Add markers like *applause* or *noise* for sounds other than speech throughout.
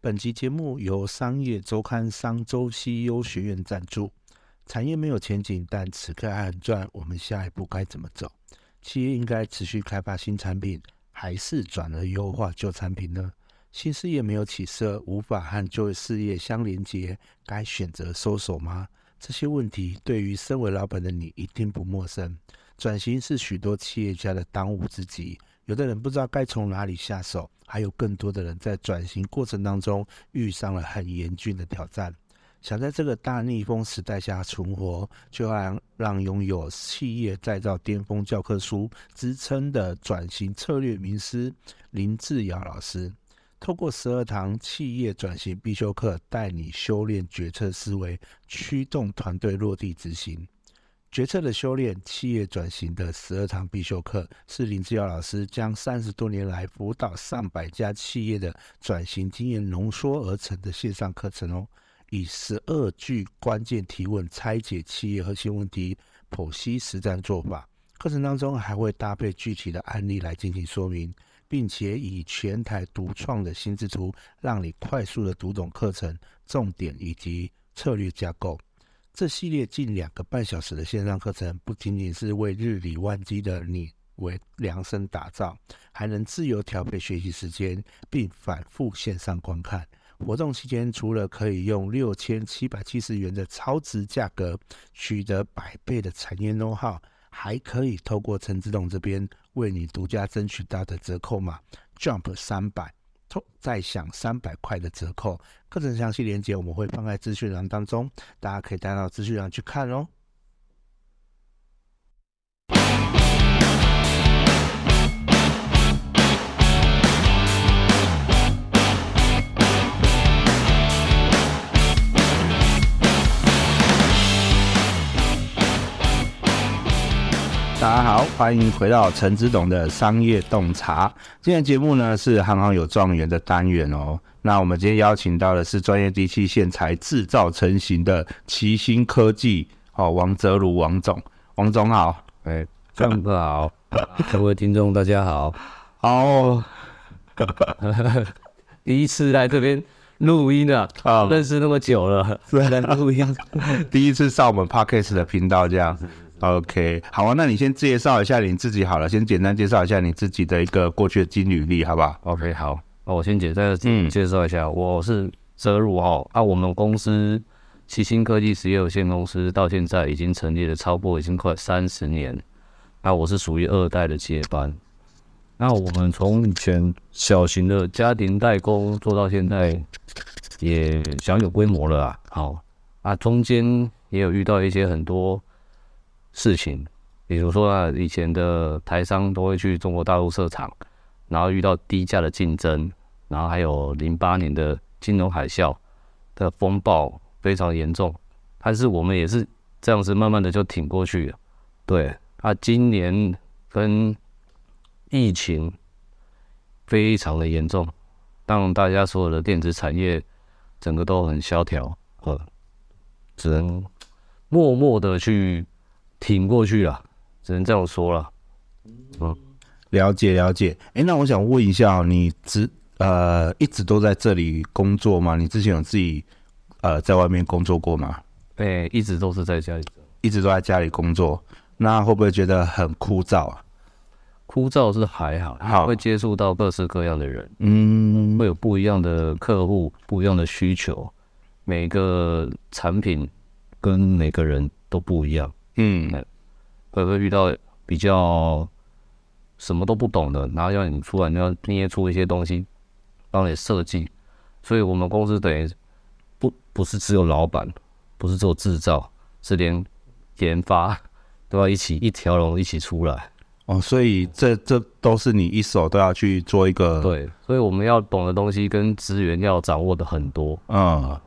本集节目由商业周刊商周 CEO 学院赞助。产业没有前景，但此刻还很赚。我们下一步该怎么走？企业应该持续开发新产品，还是转而优化旧产品呢？新事业没有起色，无法和旧事业相连接，该选择收手吗？这些问题对于身为老板的你一定不陌生。转型是许多企业家的当务之急，有的人不知道该从哪里下手，还有更多的人在转型过程当中遇上了很严峻的挑战。想在这个大逆风时代下存活，就要让拥有企业再造巅峰教科书支撑的转型策略名师林志尧老师，透过十二堂企业转型必修课，带你修炼决策思维，驱动团队落地执行。决策的修炼、企业转型的十二堂必修课，是林志尧老师将三十多年来辅导上百家企业的转型经验浓缩而成的线上课程哦。以十二句关键提问拆解企业核心问题，剖析实战做法。课程当中还会搭配具体的案例来进行说明，并且以全台独创的心智图，让你快速的读懂课程重点以及策略架构。这系列近两个半小时的线上课程，不仅仅是为日理万机的你为量身打造，还能自由调配学习时间，并反复线上观看。活动期间，除了可以用六千七百七十元的超值价格取得百倍的产业 know how，还可以透过陈志栋这边为你独家争取到的折扣码 Jump 三百，透再享三百块的折扣。课程详细链接我们会放在资讯栏当中，大家可以带到资讯栏去看哦。大家好，欢迎回到陈之董的商业洞察。今天的节目呢是行行有状元的单元哦。那我们今天邀请到的是专业机器线材制造成型的奇星科技哦，王泽如王总，王总好。哎，上课好， *laughs* 各位听众大家好，哦，第一次来这边录音 *laughs* 啊，啊认识那么久了，来录 *laughs* 音，啊第一次上我们 podcast 的频道这样。OK，好啊，那你先介绍一下你自己好了，先简单介绍一下你自己的一个过去的经履历，好不好？ OK，好，那哦我先简单嗯的介绍一下，我是泽如哦，啊，我们公司七星科技实业有限公司到现在已经成立了超过已经快三十年，那我是属于二代的接班。那我们从以前小型的家庭代工做到现在，也小有规模了啊。好啊，中间也有遇到一些很多事情，比如说啊，以前的台商都会去中国大陆设厂，然后遇到低价的竞争，然后还有零八年的金融海啸的风暴非常严重，但是我们也是这样子慢慢的就挺过去了。对，啊，今年跟疫情非常的严重，让大家所有的电子产业整个都很萧条，呃，只能默默的去挺过去了，只能这样说了。了解了解，哎，那我想问一下哦，你直呃一直都在这里工作吗？你之前有自己呃在外面工作过吗？哎、一直都是在家里一直都在家里工作，那会不会觉得很枯燥啊？枯燥是还好，好会接触到各式各样的人，嗯，会有不一样的客户、不一样的需求，每个产品跟每个人都不一样，嗯，会不会遇到比较什么都不懂的，然后要你突然要捏出一些东西帮你设计，所以我们公司等于不不是只有老板，不是只有制造，是连研发 *laughs* 都要一起一条龙一起出来。哦，所以这这都是你一手都要去做一个，，对，所以我们要懂的东西跟资源要掌握的很多。嗯，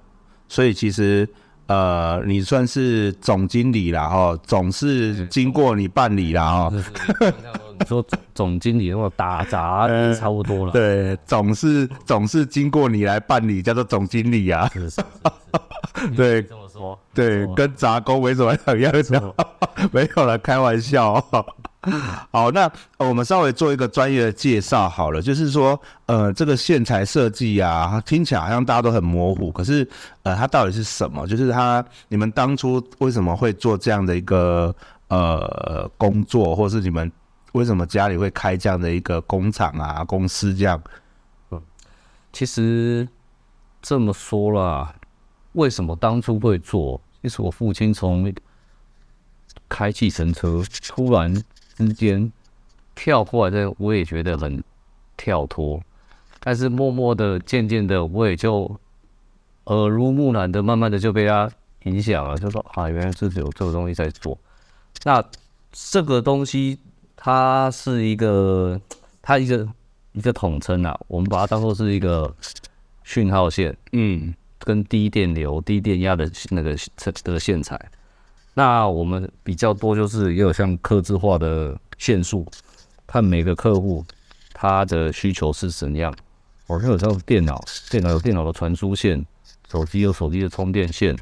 所以其实呃，你算是总经理啦，哦，总是经过你办理啦，哦， *laughs* 你说总总经理那种打杂呃差不多了，对，总是总是经过你来办理，叫做总经理啊， *laughs* 是是对这么说， *laughs* 对，跟杂工没什么两样，没有了，开玩笑、哦。 *laughs* 好，那、呃我们稍微做一个专业的介绍好了，就是说，呃，这个线材设计啊，它听起来好像大家都很模糊，可是，呃，它到底是什么？就是它，你们当初为什么会做这样的一个呃工作，或是你们为什么家里会开这样的一个工厂啊、公司这样？其实这么说啦，为什么当初会做？其实我父亲从开计程车，突然之间跳过来，这我也觉得很跳脱。但是默默的、渐渐的，我也就耳濡目染的，慢慢的就被他影响了，就说啊，原来是有这个东西在做。那这个东西，它是一个，它一个一个统称啊，我们把它当做是一个讯号线，嗯，跟低电流、低电压的那个的线材。那我们比较多就是也有像刻字化的线束，看每个客户他的需求是怎样。我像有像电脑，电脑有电脑的传输线，手机有手机的充电线，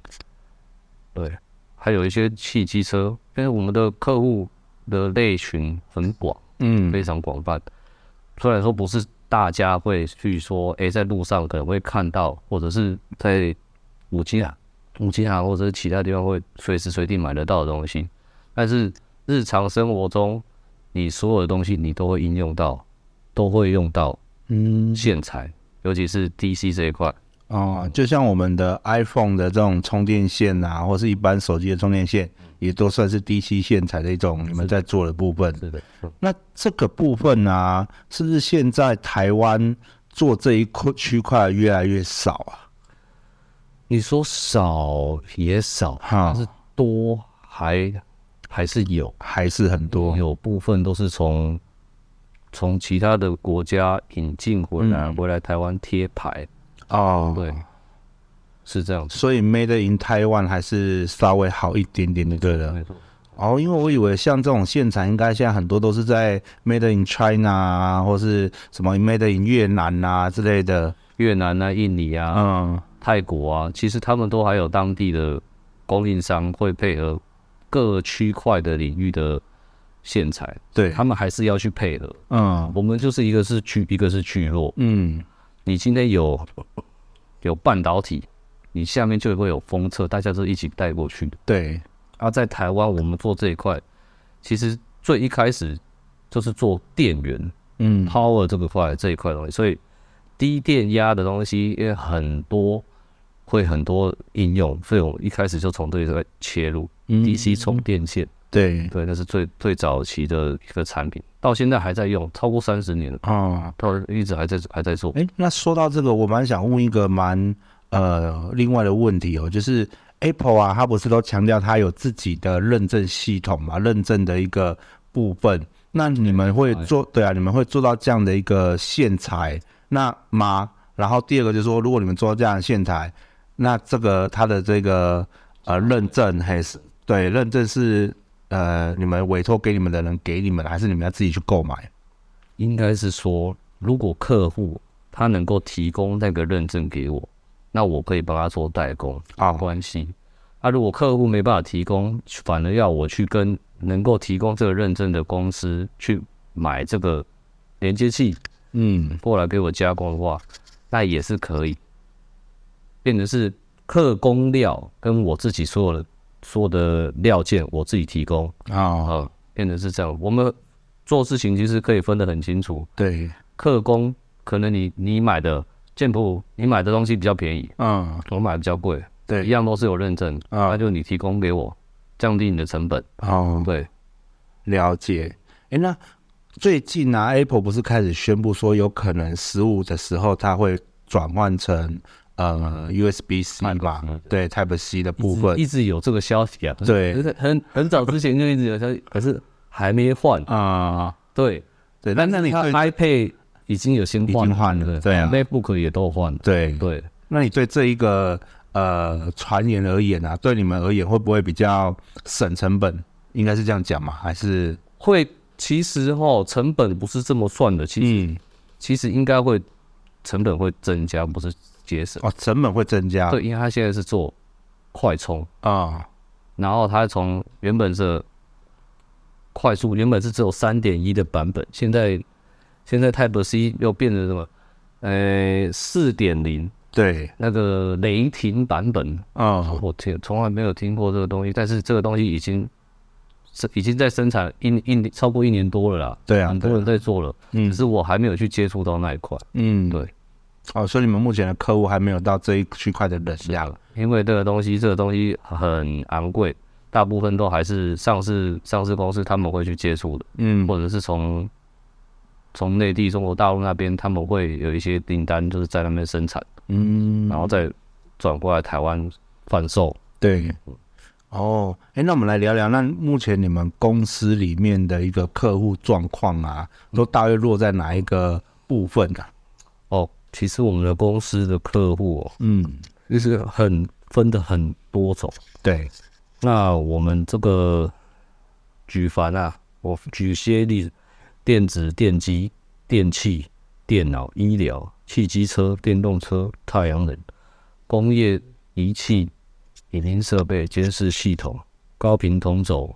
对，还有一些汽机车，因为我们的客户的类群很广，嗯非常广泛。虽然说不是大家会去说，诶，在路上可能会看到，或者是在五金啊、五金啊，或者是其他地方会随时随地买得到的东西，但是日常生活中，你所有的东西你都会应用到，都会用到嗯，线材，尤其是 DC 这一块。哦，就像我们的 iPhone 的这种充电线啊，或是一般手机的充电嗯线，也都算是 DC 线材的一种你们在做的部分。是的，那这个部分啊，是不是现在台湾做这一块区块越来越少啊？你说少也少，哈、但是多还还是有。还是很多。嗯有部分都是从从其他的国家引进回来，嗯回来台湾贴牌，哦，对，是这样子，所以 Made in Taiwan 还是稍微好一点点的，对了。没错，哦，因为我以为像这种现场，应该现在很多都是在 Made in China 啊，或是什么 Made in 越南啊之类的。越南啊、印尼啊、嗯，泰国啊，其实他们都还有当地的供应商会配合各区块的领域的线材，对，他们还是要去配合。嗯我们就是一个是聚，一个是聚落。嗯，你今天有有半导体，你下面就会有封测，大家都一起带过去。对，啊，在台湾我们做这一块，其实最一开始就是做电源嗯 power 这个块这一块东西，所以低电压的东西因为很多会很多应用，所以我们一开始就从这里来切入嗯 DC 充电线，对，对，那是最最早期的一个产品，到现在还在用，超过三十年了，哦，到一直还在还在做。哎、那说到这个，我蛮想问一个蛮呃另外的问题哦，就是 Apple 啊，它不是都强调它有自己的认证系统嘛，认证的一个部分。那你们会做对啊？你们会做到这样的一个线材那吗？然后第二个就是说，如果你们做到这样的线材，那这个它的这个呃认证还是对认证是呃你们委托给你们的人给你们的，还是你们要自己去购买？应该是说，如果客户他能够提供那个认证给我，那我可以帮他做代工。哦，关系。啊，如果客户没办法提供，反而要我去跟能够提供这个认证的公司去买这个连接器嗯，过来给我加工的话，那也是可以，变成是客工料跟我自己所有的所有的料件我自己提供，哦，啊，变成是这样。我们做事情其实可以分得很清楚，对，客工可能你你买的健普你买的东西比较便宜，嗯，我买的比较贵，对一，样都是有认证，啊那就你提供给我，降低你的成本。哦，对，了解。哎，那最近啊，Apple 不是开始宣布说，有可能十五的时候它会转换成呃 USB C 嘛 Type C，？嗯对，Type C 的部分一直有这个消息啊，对很很很早之前就一直有消息，可是还没换。啊、对，对，那那你它对 iPad 已经有先换，已经换了不对啊，MacBook 也都换了，对，对，那你对这一个呃传言而言啊，对你们而言会不会比较省成本？应该是这样讲嘛？还是会其实哈成本不是这么算的，其实、嗯其实应该会成本会增加，不是节省。哦，成本会增加对，因为它现在是做快充，啊、然后它从原本是快速，原本是只有三点一的版本，现在现在 Type C 又变成什么？呃，四点零对，那个雷霆版本，哦，我天，从来没有听过这个东西，但是这个东西已经是已经在生产一一超过一年多了啦，对啊，很多对啊人在做了，嗯只是我还没有去接触到那一块，嗯，对，哦，所以你们目前的客户还没有到这一区块的能量，因为这个东西这个东西很昂贵，大部分都还是上市上市公司他们会去接触的，嗯，或者是从从内地中国大陆那边他们会有一些订单，就是在那边生产，嗯，然后再转过来台湾贩售。对，哦，哎，那我们来聊聊，那目前你们公司里面的一个客户状况啊，都大约落在哪一个部分啊？哦，其实我们的公司的客户、哦、嗯，就是很分的很多种。对，那我们这个举凡啊，我举些例子：电子、电机、电器、电脑、医疗、汽机车、电动车、太阳能、工业仪器、影音设备、监视系统、高频同轴，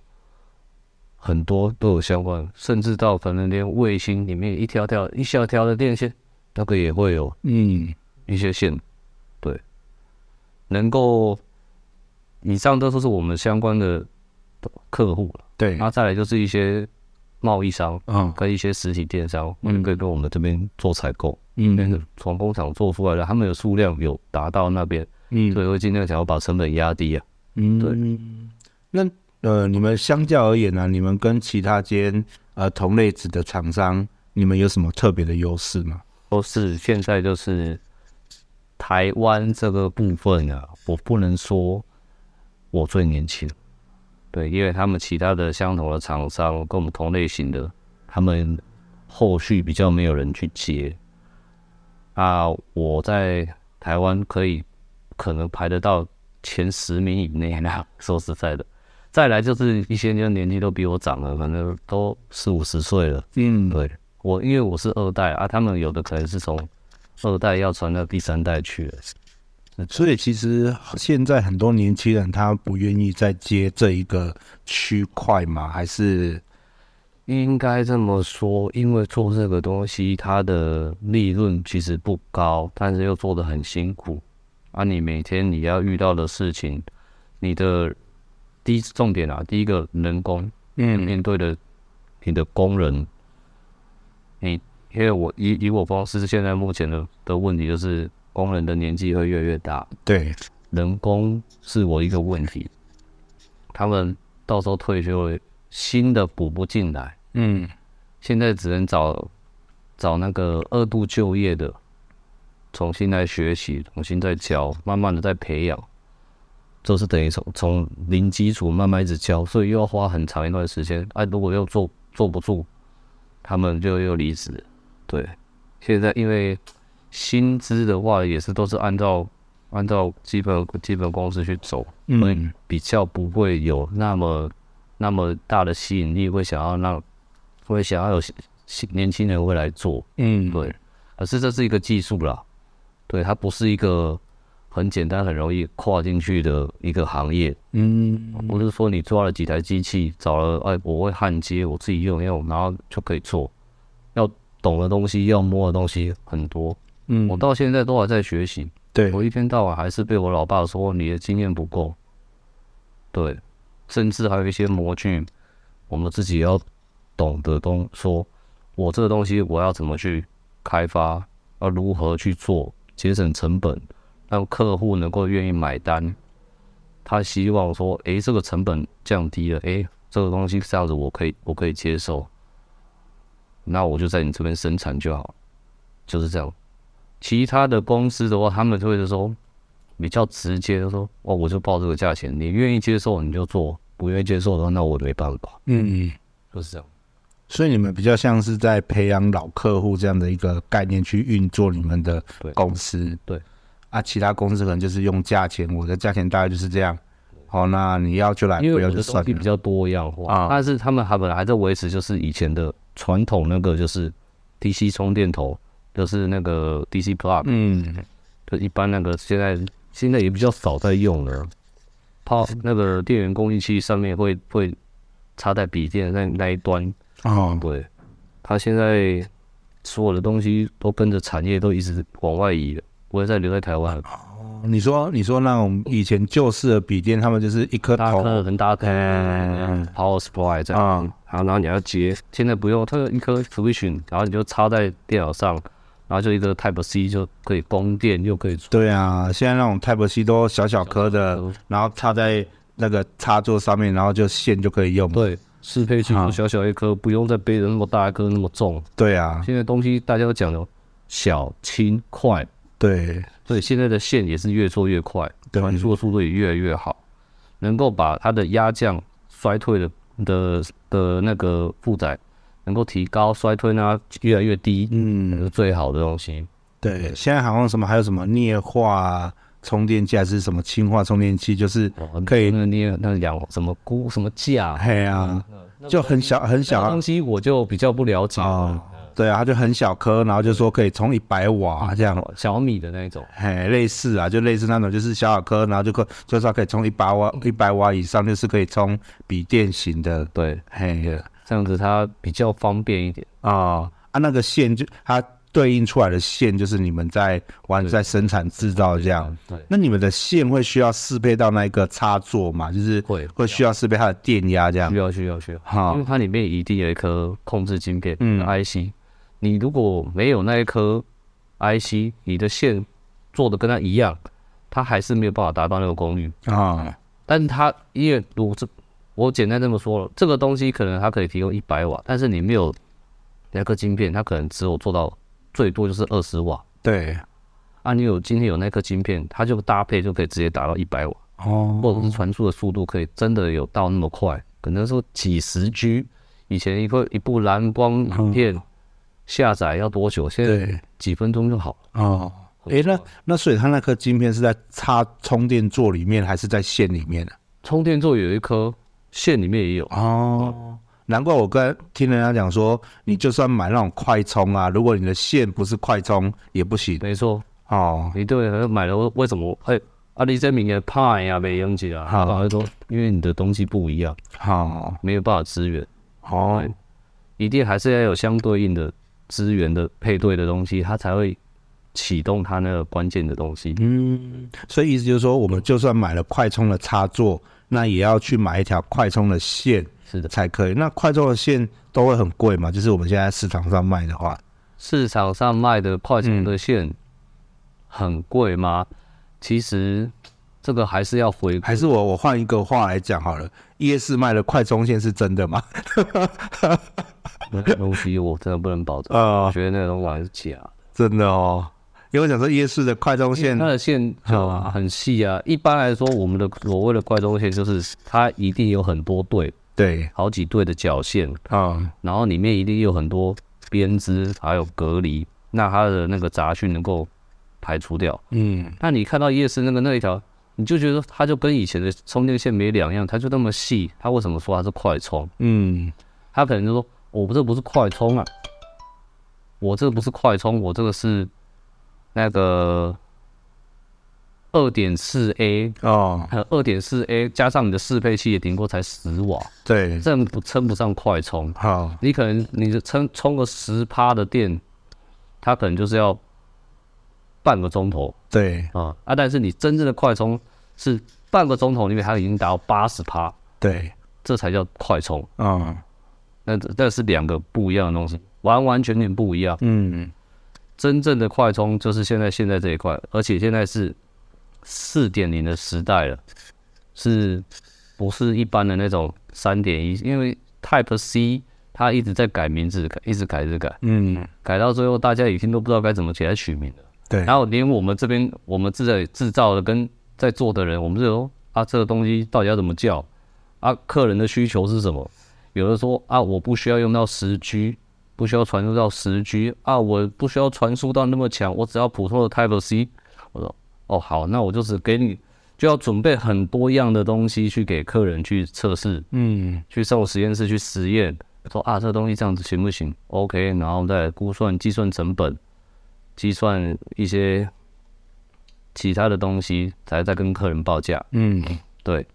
很多都有相关，甚至到可能连卫星里面一条条、一小条的电线，那个也会有嗯，一些线，对，能够以上都是我们相关的客户了。对，那再来就是一些贸易商嗯跟一些实体电商，嗯嗯，可以跟我们这边做采购，但是嗯从工厂做出来的，他们有数量有达到那边，嗯，所以会尽量想要把成本压低啊。嗯，那呃，你们相较而言呢、你们跟其他间呃同类子的厂商，你们有什么特别的优势吗？都是现在就是台湾这个部分啊，我不能说我最年轻，对，因为他们其他的相同的厂商跟我们同类型的，他们后续比较没有人去接。啊，我在台湾可以可能排得到前十名以内啦。 *laughs* 说实在的，再来就是一些就年纪都比我长了，可能都四五十岁了。嗯，对我，因为我是二代啊，他们有的可能是从二代要传到第三代去了。所以其实现在很多年轻人他不愿意再接这一个区块嘛，还是应该这么说，因为做这个东西，它的利润其实不高，但是又做的很辛苦啊。你每天你要遇到的事情，你的第一重点啊，第一个人工，嗯面对的你的工人，你因为我以以我公司现在目前的的问题就是工人的年纪会越来越大，对，人工是我一个问题，他们到时候退休了，新的补不进来，嗯现在只能找找那个二度就业的，重新来学习，重新再教，慢慢的再培养，就是等于从从零基础慢慢一直教，所以又要花很长一段时间。哎、如果又做做不住，他们就又离职了。对，现在因为薪资的话也是都是按照按照基本基本工资去走，所以嗯比较不会有那么那么大的吸引力，会想要让会想要有新新年轻人会来做，嗯，对。可是这是一个技术啦，对，它不是一个很简单、很容易跨进去的一个行业。嗯不是说你抓了几台机器，找了哎，我会焊接，我自己用一用，然后就可以做。要懂的东西，要摸的东西很多。嗯，我到现在都还在学习，对，我一天到晚还是被我老爸说你的经验不够，对，甚至还有一些模具，我们自己要懂得东说，我这个东西我要怎么去开发，要如何去做，节省成本，让客户能够愿意买单。他希望说，诶、这个成本降低了，诶、这个东西这样子我可以我可以接受，那我就在你这边生产就好了，就是这样。其他的公司的话，他们就会说比较直接，就说哦，我就报这个价钱，你愿意接受你就做，不愿意接受的话，那我没办法，嗯，就是这样。所以你们比较像是在培养老客户这样的一个概念去运作你们的对公司，对啊，其他公司可能就是用价钱，我的价钱大概就是这样，好，那你要就来，因不为要我就的算东西了比，较多样化，啊但是他们还本来还在维持就是以前的传统那个就是 DC 充电头，就是那个 DC plug，、嗯就一般那个现在现在嗯也比较少在用了。泡那个电源供应器上面会会插在笔电那那一端，哦，对，它现在所有的东西都跟着产业都一直往外移了，不会再留在台湾。你说你说那种以前旧式的笔电，他们就是一颗大头，颗很大颗嗯，power supply 这样，啊、好，然后你要接，现在不用，它有一颗 Switch，然后你就插在电脑上，然后就一个 Type C 就可以供电，又可以充。对啊，现在那种 Type C 都小小颗的，呃然后插在那个插座上面，然后就线就可以用。对，适配器啊就小小一颗，不用再背着那么大一颗那么重。对啊，现在东西大家都讲究小、轻、快，对所以现在的线也是越做越快，对传输的速度也越来越好，能够把它的压降衰退的的的那个负载能够提高，衰退呢越来越低，那嗯，是最好的东西。对，现在好像什么还有什么镍化啊充电器还是什么氢化充电器，就是哦可以那你也那两什么估什么价，嘿啊，就很小很小嗯那个啊东，西嗯我就比较不了解哦对啊，它就很小颗，然后就说可以充一百瓦这样。小米的那一种，嘿，类似啊，就类似那种，就是小小颗，然后就可就是它可以充一百瓦，一百瓦以上，就是可以充笔电型的。对，嘿，这样子它比较方便一点。啊、啊，那个线就它对应出来的线就是你们在玩对在生产制造这样。对，那你们的线会需要适配到那一个插座嘛？就是会会需要适配它的电压这样需。要嗯需要需要，好因为它里面一定有一颗控制晶片，啊嗯嗯，IC，你如果没有那一颗 IC，你的线做的跟它一样，它还是没有办法达到那个功率。啊，但是它因为我这我简单这么说了，这个东西可能它可以提供一百瓦，但是你没有那颗晶片，它可能只有做到最多就是二十瓦。对，啊，你有今天有那颗晶片，它就搭配就可以直接达到一百瓦，或哦，者是传输的速度可以真的有到那么快，可能说几十 G。以前一个一部蓝光影片下载要多久？现在对，几分钟就好了。哦。诶，那那所以它那颗晶片是在插充电座里面，还是在线里面呢、啊充电座有一颗线里面也有，哦，难怪我刚听人家讲说，你就算买那种快充啊，如果你的线不是快充也不行没错，哦。你对人买了，为什么会？啊，你这名的派呀，没用起啊。好他说，因为你的东西不一样，好没有办法支援，哦，一定还是要有相对应的资源的配对的东西，它才会启动它那个关键的东西。嗯，所以意思就是说，我们就算买了快充的插座，那也要去买一条快充的线是的，才可以。那快充的线都会很贵嘛？就是我们现在市场上卖的话，市场上卖的快充的线很贵吗？其实这个还是要回还是我我换一个话来讲好了，夜市卖的快充线是真的 *laughs* 吗？那个东西，我真的不能 *laughs* 保证。我呃，觉得那个东西还是假的。真的哦，因为我想说夜市的快充线它的线就嗯啊很细啊。一般来说，我们的所谓的怪东线就是它一定有很多对，对好几对的绞线，啊、然后里面一定有很多编织还有隔离，那它的那个杂讯能够排除掉。嗯，那你看到夜市那个那一条，你就觉得它就跟以前的充电线没两样，它就那么细，它为什么说它是快充？嗯，他可能就说：“哦我这不是快充啊，我这不是快充，我这个是那个二点四 A，哦，二点四 A 加上你的适配器也顶多才十瓦，对，这不称不上快充。好，你可能你的充充个十趴的电，它可能就是要半个钟头对啊啊！但是你真正的快充是半个钟头里面它已经达到八十趴，对，这才叫快充。嗯那那是两个不一样的东西，完完全全不一样。嗯，真正的快充就是现在现在这一块，而且现在是四点零的时代了，是不是一般的那种三点一？因为 Type C 它一直在改名字，改一直改一直改，嗯，改到最后大家已经都不知道该怎么给它取名了。对，然后连我们这边我们自己制造的跟在做的人，我们就说啊，这个东西到底要怎么叫？啊，客人的需求是什么？有的说啊，我不需要用到十 G，不需要传输到十 G 啊，我不需要传输到那么强，我只要普通的 Type C。我说哦，好，那我就只给你，就要准备很多样的东西去给客人去测试，嗯去上实验室去实验，说啊，这个东西这样子行不行？OK，然后再来估算、计算成本，计算一些其他的东西，才再跟客人报价。嗯，对，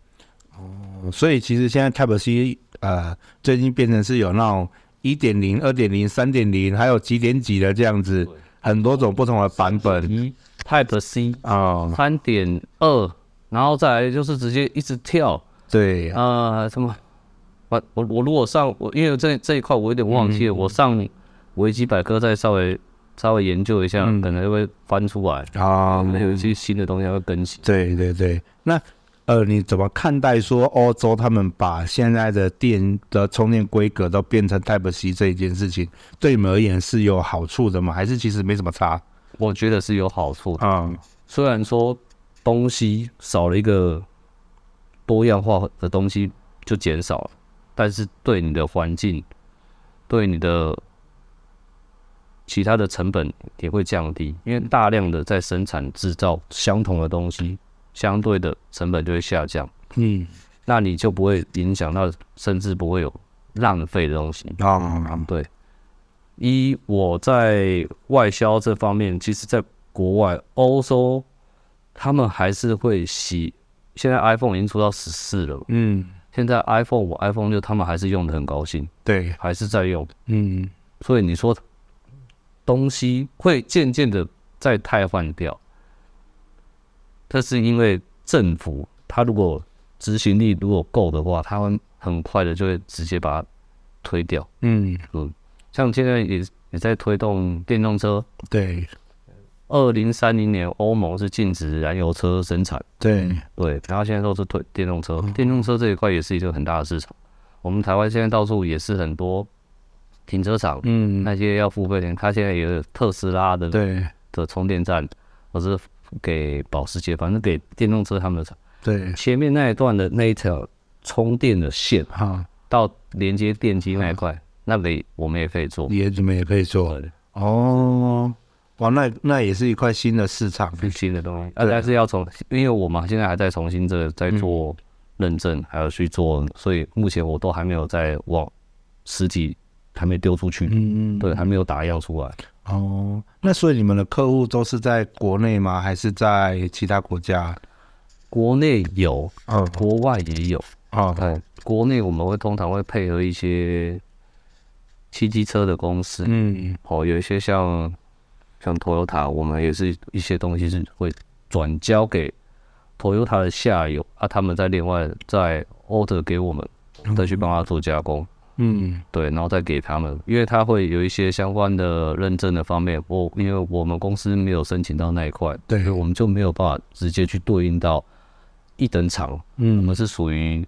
所以其实现在 Type C 呃，最近变成是有那种一点零、二点零、三点零，还有几点几的这样子，很多种不同的版本一 Type C 哦。三点二，然后再来就是直接一直跳，对，呃，什么？我我我如果上我因为这这一块我有点忘记了，我上维基百科再稍微稍微研究一下，可能会翻出来，啊、可能有一些新的东西还会更新。对对对，那呃，你怎么看待说欧洲他们把现在的电的充电规格都变成 Type C 这一件事情，对你们而言是有好处的吗？还是其实没什么差？我觉得是有好处的，嗯，虽然说东西少了一个多样化的东西就减少了，但是对你的环境，对你的其他的成本也会降低，因为大量的在生产制造相同的东西，相对的成本就会下降，嗯，那你就不会影响到，甚至不会有浪费的东西。啊、对，一我在外销这方面，其实在国外欧洲，他们还是会喜。现在 iPhone 已经出到十四了，嗯，现在 iPhone 五、iPhone 六，他们还是用的很高兴，对，还是在用。嗯，所以你说东西会渐渐的在汰换掉，这是因为政府它如果执行力如果够的话，它会很快的就会直接把它推掉。嗯，像现在也也在推动电动车。对，二零三零年，欧盟是禁止燃油车生产，对，对，然后现在都是推电动嗯车。电动车这一块也是一个很大的市场。我们台湾现在到处也是很多停车场，嗯，那些要付费的，它现在也有特斯拉的对，的充电站，或是给保时捷，反正给电动车他们的厂。对，前面那一段的那一条充电的线好，到连接电机那一嗯块，那里我们也可以做。也你们也可以做对哦。哇，那那也是一块新的市场，新的东西，啊，对但是要从，因为我们现在还在重新这个在做认证，还要去做，所以目前我都还没有在往实体还没丢出去，嗯嗯，对，还没有打样出来。哦，那所以你们的客户都是在国内吗？还是在其他国家？国内有，哦国外也有，哦，对，国内我们会通常会配合一些汽机车的公司，嗯，哦，有一些像像 Toyota，我们也是一些东西是会转交给 Toyota 的下游啊，他们再另外再 order 给我们，再去帮他做加工，嗯，对，然后再给他们，因为他会有一些相关的认证的方面，我因为我们公司没有申请到那一块，对所以我们就没有办法直接去对应到一等厂，我嗯，们是属于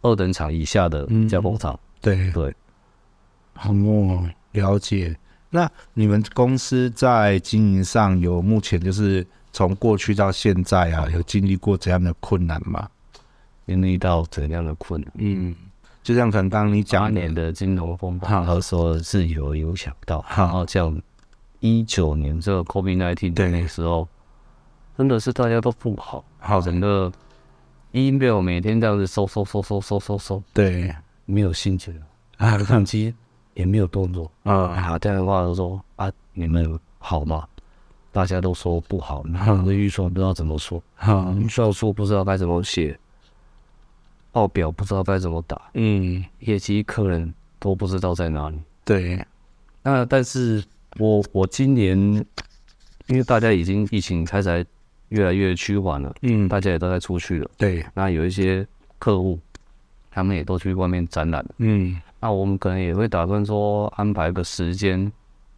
二等厂以下的加工厂，对对，好哦，了解。那你们公司在经营上有目前就是从过去到现在啊，有经历过怎样的困难吗？面临到怎样的困难？嗯，就像可能刚刚你八讲年的金融风暴，好那时候是有影响到，好然后像一九年这个 COVID nineteen 对那时候，真的是大家都不好，好整个 email 每天这样子收收收收收收收，对没有兴趣了，啊，相机也没有动作，嗯，打电话都说啊你们好吗？大家都说不啊好，然后的预算不知道怎么说，好，预算书不知道该怎么写，报表不知道该怎么打，嗯，业绩客人都不知道在哪里。对，那但是我我今年，因为大家已经疫情开始越来越趋缓了，嗯，大家也都在出去了。对，那有一些客户，他们也都去外面展览。嗯，那我们可能也会打算说安排个时间，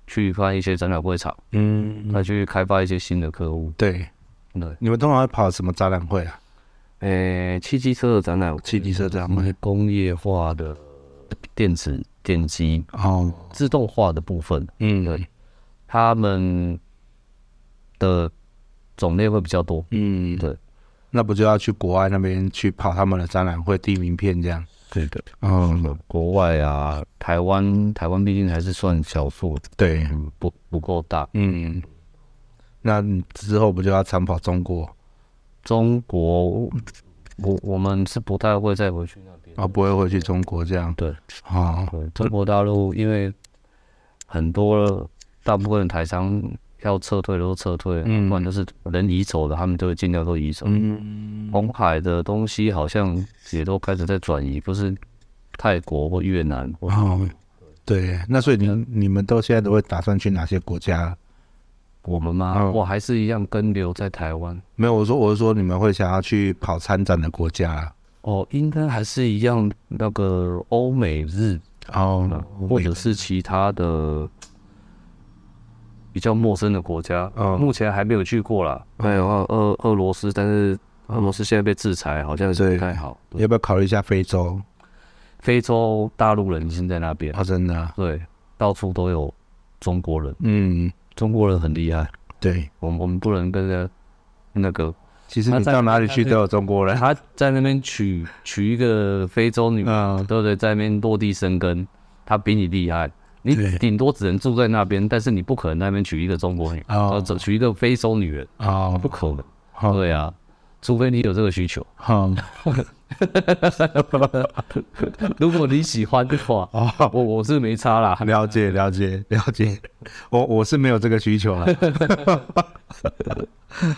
去看一些展览会场，嗯，再去开发一些新的客户。对。对，你们通常会跑什么展览会啊？诶、汽机车的展览，汽机车展会工业化的电子电机哦，自动化的部分。嗯对，他们的种类会比较多。嗯，对，那不就要去国外那边去跑他们的展览会、递名片这样？对的，哦，国外啊，台湾，台湾毕竟还是算小数，对，嗯，不不够大。嗯，那你之后不就要长跑中国中国，我我们是不太会再回去那边。啊？不会回去中国这样？对哦，对，中国大陆因为很多大部分的台商要撤退都撤退，嗯不然就是能移走的，他们就会尽量都移走。嗯，红海的东西好像也都开始在转移，不是泰国或越南或哦，对，那所以你你们都现在都会打算去哪些国家？我们吗？哦我还是一样跟留在台湾。没有，我说我是说你们会想要去跑参展的国家啊哦，应该还是一样那个欧美日，啊哦，或者是其他的比较陌生的国家。嗯目前还没有去过啦。嗯还有啊俄俄罗斯，但是俄罗斯现在被制裁，好像是哦对不太好。对要不要考虑一下非洲？非洲大陆人已经在那边，哦，真的啊，对，到处都有中国人，嗯，中国人很厉害。对，我们我们不能跟着那个其实那你在到哪里去都有中国人，啊 *laughs* 他在那边娶娶一个非洲女，嗯，对不对？在那边落地生根，他比你厉害。你对顶多只能住在那边，但是你不可能在那边娶一个中国女，哦呃，只娶一个非洲女人，哦不，可能。好，对啊，除非你有这个需求。 *laughs* 好，如果你喜欢的话，哦，我我是没差啦。了解了解了解，我我是没有这个需求了。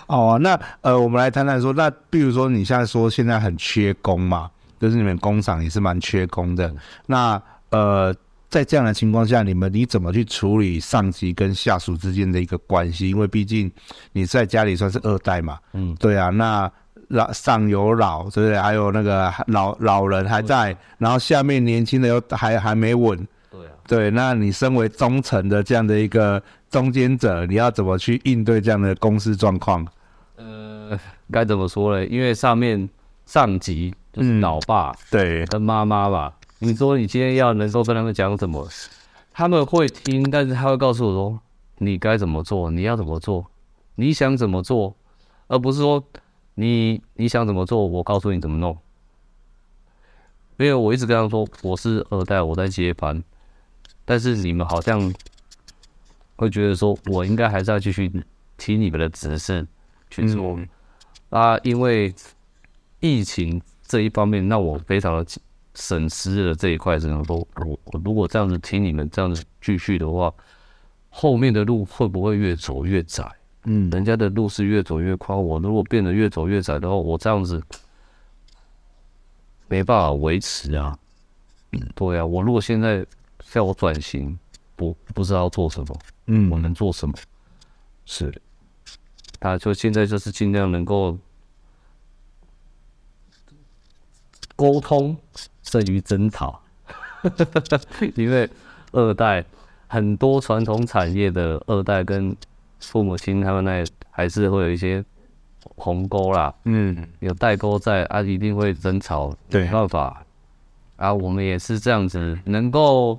哦，那呃，我们来谈谈说，那比如说你现在说现在很缺工嘛，就是你们工厂也是蛮缺工的。那呃，在这样的情况下，你们你怎么去处理上级跟下属之间的一个关系？因为毕竟你在家里算是二代嘛，嗯，对啊，那老上有老，对不对？还有那个老老人还在，然后下面年轻的又还还没稳，对啊，对，那你身为中层的这样的一个中间者，你要怎么去应对这样的公司状况？呃，该怎么说嘞？因为上面上级就是嗯老爸，对，跟妈妈吧。你说你今天要能够跟他们讲什么，他们会听，但是他会告诉我说你该怎么做，你要怎么做，你想怎么做，而不是说你你想怎么做，我告诉你怎么弄。因为我一直跟他说我是二代，我在接班，但是你们好像会觉得说我应该还是要继续听你们的指示去做、嗯啊，因为疫情这一方面，让我非常的省思了这一块，只能说我我如果这样子听你们这样子继续的话，后面的路会不会越走越窄？嗯，人家的路是越走越宽，我如果变得越走越窄的话，我这样子没办法维持啊。对啊，我如果现在要我转型，不不知道做什么，嗯，我能做什么？是，他就现在就是尽量能够沟通胜于争吵， *laughs* 因为二代很多传统产业的二代跟父母亲他们那里还是会有一些鸿沟啦，嗯，有代沟在啊，一定会争吵，对没，办法啊，我们也是这样子，能够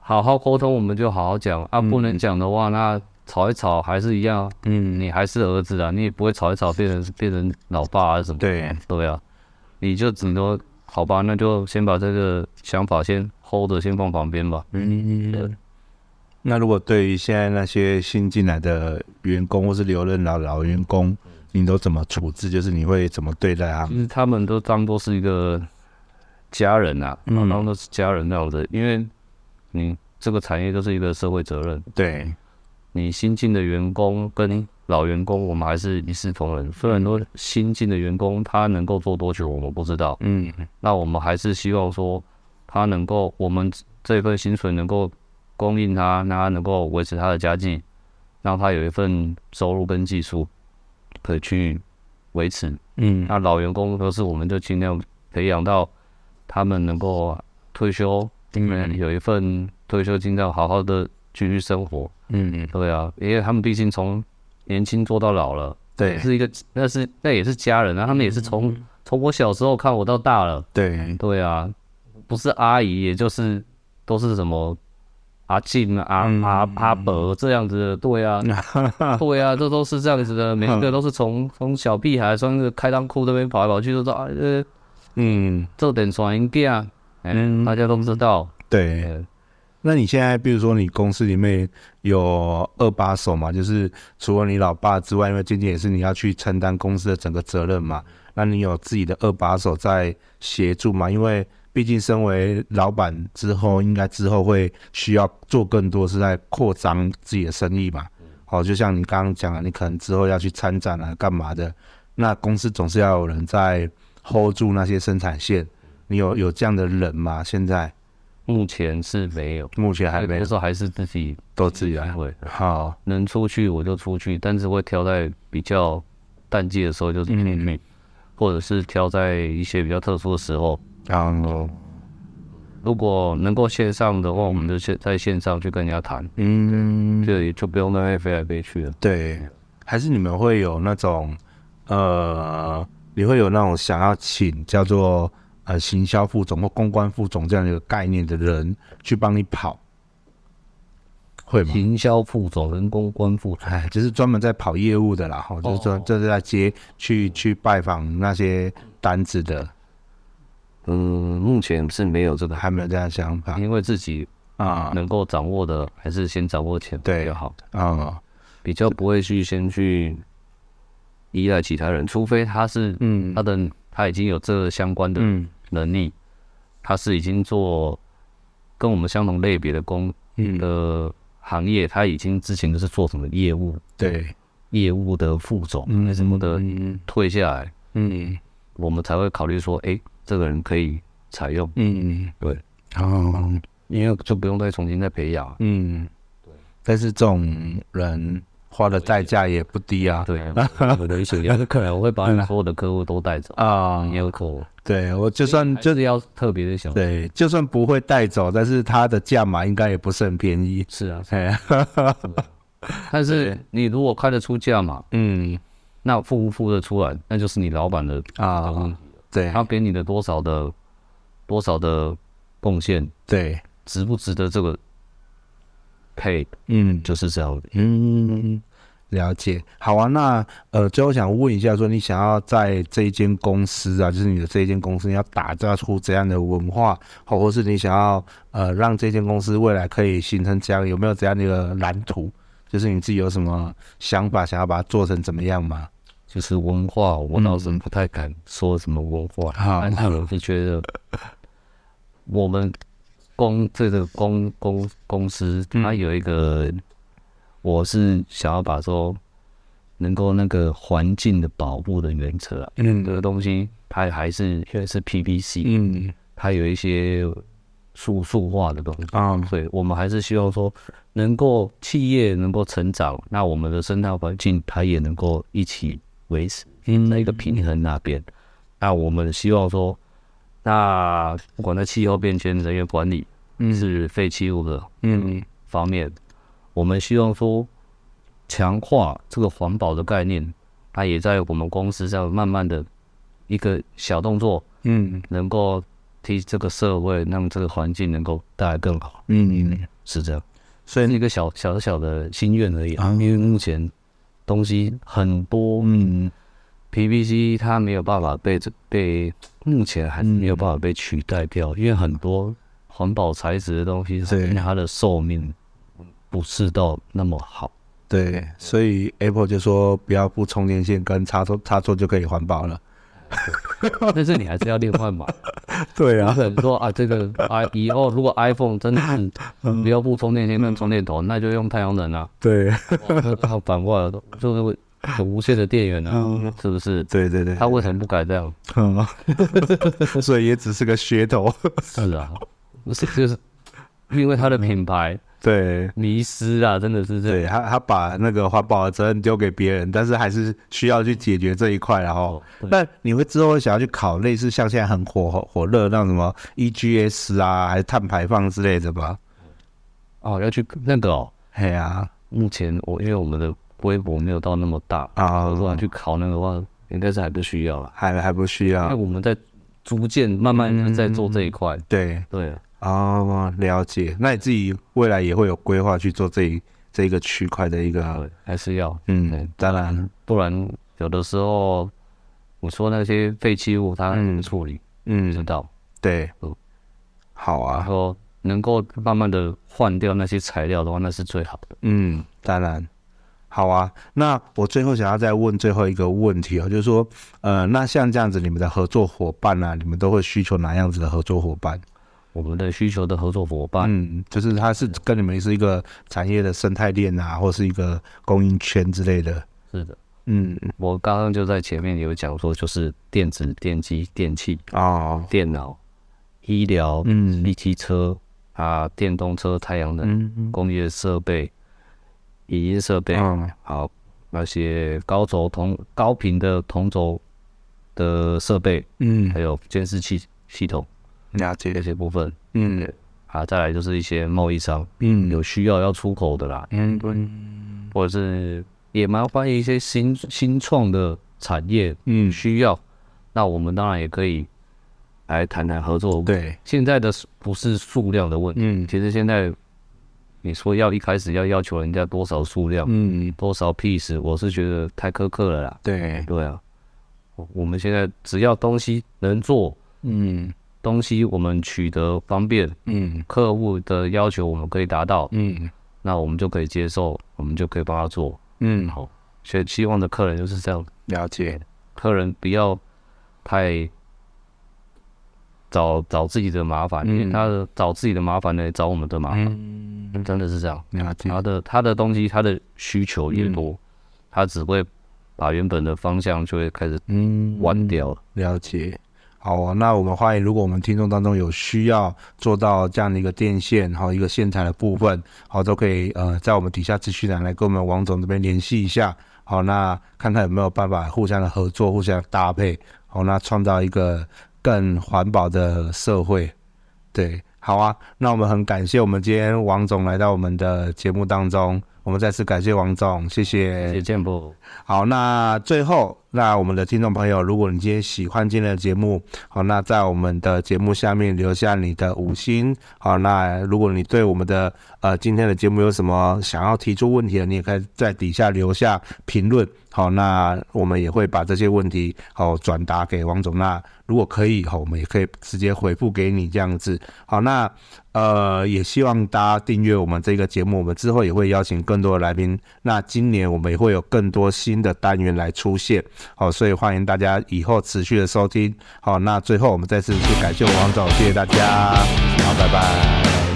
好好沟通，我们就好好讲啊，不能讲的话，那吵一吵还是一样，啊嗯，你还是儿子啊，你也不会吵一吵变成变成老爸啊什么，对，对啊，你就只能说好吧，那就先把这个想法先 hold 着，先放旁边吧。嗯。那如果对于现在那些新进来的员工或是留任老老员工，你都怎么处置？就是你会怎么对待他其们？实他们都当做是一个家人啊，嗯当做是家人那样的，因为你这个产业就是一个社会责任，对，你新进的员工跟老员工，我们还是一视同仁。虽然说新进的员工他能够做多久，我们不知道，嗯，那我们还是希望说他能够，我们这份薪水能够供应他，那他能够维持他的家计，让他有一份收入跟技术可以去维持。嗯，那老员工都是我们就尽量培养到他们能够退休，嗯有一份退休金，这样好好的继续生活。嗯，对啊，因为他们毕竟从年轻做到老了，对嗯是一个那是那也是家人啊，他们也是从从我小时候看我到大了，对，对啊，不是阿姨，也就是都是什么阿静啊、阿、嗯阿阿伯这样子的，*laughs* 对啊，对啊，这都是这样子的，每一个都是从从小屁孩穿着开裆裤那边跑来跑去，都说啊呃，嗯，这点传音架，哎、嗯大家都知道，对。呃那你现在，比如说你公司里面有二把手嘛，就是除了你老爸之外，因为渐渐也是你要去承担公司的整个责任嘛。那你有自己的二把手在协助嘛？因为毕竟身为老板之后，应该之后会需要做更多是在扩张自己的生意嘛。哦，就像你刚刚讲的，你可能之后要去参展啊，干嘛的？那公司总是要有人在 hold 住那些生产线。你有有这样的人吗？现在目前是没有，目前还没那有，时候还是自己都自己来。会，好，能出去我就出去，但是会挑在比较淡季的时候，就是嗯或者是挑在一些比较特殊的时候。然后如果能够线上的话，我们就线在线上去跟人家谈，嗯，这也就不用在那边飞来飞去了。对，还是你们会有那种呃，你会有那种想要请叫做呃行销副总或公关副总这样的一个概念的人去帮你跑，会吗？行销副总跟公关副总，哎，就是专门在跑业务的啦，哈，就是说这是在接去去拜访那些单子的，嗯，目前是没有这个，还没有这样想法因为自己啊能够掌握的，还是先掌握钱对比较好，啊比较不会去先去依赖其他人，除非他是嗯他的他已经有这相关的嗯能力，他是已经做跟我们相同类别的工嗯，的行业，他已经之前就是做什么业务对，业务的副总嗯还是什么的嗯退下来，嗯我们才会考虑说，哎，这个人可以采用，嗯，对，哦，因为就不用再重新再培养。嗯，但是这种人花的代价也不低啊。对， *laughs* 我的水要是客人，我会把你所有的客户都带走，啊、也有客户，对我就算就就是要特别的想，对，就算不会带走，但是他的价码应该也不是很便宜。是啊， *laughs* 哎，但是你如果开得出价嘛，嗯那付不付得出来，那就是你老板的啊、的问题，对他给你的多少的多少的贡献，对，值不值得这个配，嗯就是这样的。嗯，了解。好啊，那呃，最后想问一下，说你想要在这一间公司啊，就是你的这一间公司，你要打造出怎样的文化，或或是你想要呃让这间公司未来可以形成怎样，有没有怎样的一个蓝图？就是你自己有什么想法，想要把它做成怎么样吗？就是文化，我倒是不太敢说什么文化，好但是我是觉得我们公这个公公公司，嗯它有一个，我是想要把说能够那个环境的保护的原则、啊，嗯这个东西它还是因为是 PVC，、嗯它有一些数数化的东西。啊所以我们还是希望说，能够企业能够成长，那我们的生态环境它也能够一起维持嗯在一个平衡那边。那我们希望说，那不管在气候变迁、人员管理、嗯是废弃物的嗯方面，我们希望说强化这个环保的概念，它也在我们公司上慢慢的一个小动作，嗯能够替这个社会、让这个环境能够带来更好。嗯，是这样，所以是一个小小小的心愿而已、啊。啊因为目前东西很多，嗯 PVC 它没有办法被这被目前还是没有办法被取代嗯掉，因为很多环保材质的东西，对它的寿命不是到那么 *laughs* 好。对，所以 Apple 就说不要付充电线跟插座，插座就可以环保了。但是你还是要另外买，对不，可能说啊，这个啊以后如果 iPhone 真 *laughs* 的是嗯不要不充电线跟充电头，那就用太阳能啊， *laughs* 对，它反过来都就是有无线的电源嗯啊，是不是？对对对，它为什么不改这样？ *laughs* 所以也只是个噱头。 *laughs* 是啊，不是就是因为他的品牌对迷失啊，真的是这样。对，他他把那个环保的责任丢给别人，但是还是需要去解决这一块。然后，哦那你会之后会想要去考类似像现在很火火热那种什么 EGS 啊，还是碳排放之类的吧？哦，要去那个哦。嘿呀，目前我因为我们的规模没有到那么大，啊如，果去考那个的话，应该是还不需要了。还还不需因为要。哎我们在逐渐慢慢在做这一块。对，对啊，哦，了解。那你自己未来也会有规划去做这一这一个区块的一个，对，还是要，对嗯，当然，不然有的时候我说那些废弃物它怎么处理，不知嗯，道。对嗯，好然啊，后能够慢慢的换掉那些材料的话，那是最好的。嗯，当然，好啊。那我最后想要再问最后一个问题哦，就是说，呃，那像这样子，你们的合作伙伴啊，你们都会需求哪样子的合作伙伴？我们的需求的合作伙伴，嗯，就是他是跟你们是一个产业的生态链啊，或是一个供应圈之类的。是的，嗯，我刚刚就在前面有讲说，就是电子、电机、电器、哦，电脑、医疗、嗯立体车啊、电动车、太阳能、嗯工业设备、影音设备，嗯好，那些高轴同高频的同轴的设备，还嗯，有监视器系统了这解，些部分嗯啊，再来就是一些贸易商嗯有需要要出口的啦，嗯嗯或者是也蛮欢迎一些新新创的产业嗯，需要，那我们当然也可以来谈谈合作。，对，现在的不是数量的问题，嗯其实现在你说要一开始要要求人家多少数量、嗯多少 piece，我是觉得太苛刻了啦。对，对啊，我我们现在只要东西能做，嗯东西我们取得方便，嗯客户的要求我们可以达到，嗯那我们就可以接受，我们就可以帮他做。嗯，好，所以希望的客人就是这样，了解，客人不要太找找自己的麻烦，因为嗯他的找自己的麻烦呢，找我们的麻烦，嗯，真的是这样。了解，他的他的东西，他的需求越多，嗯他只会把原本的方向就会开始嗯，弯掉了。了解。好啊，那我们欢迎，如果我们听众当中有需要做到这样的一个电线，然后一个线材的部分，好，都可以呃在我们底下资讯栏来跟我们王总这边联系一下。好，那看看有没有办法互相的合作，互相搭配，好，那创造一个更环保的社会。对，好啊，那我们很感谢我们今天王总来到我们的节目当中，我们再次感谢王总，谢谢，谢谢建博，好，那最后，那我们的听众朋友，如果你今天喜欢今天的节目，好，那在我们的节目下面留下你的五星。好，那如果你对我们的呃今天的节目有什么想要提出问题的，你也可以在底下留下评论。好，那我们也会把这些问题好转达给王总。那如果可以，好，我们也可以直接回复给你这样子。好，那呃，也希望大家订阅我们这个节目，我们之后也会邀请更多的来宾。那今年我们也会有更多新的单元来出现，好、所以欢迎大家以后持续的收听。好、那最后我们再次去感谢王总，谢谢大家，好，拜拜。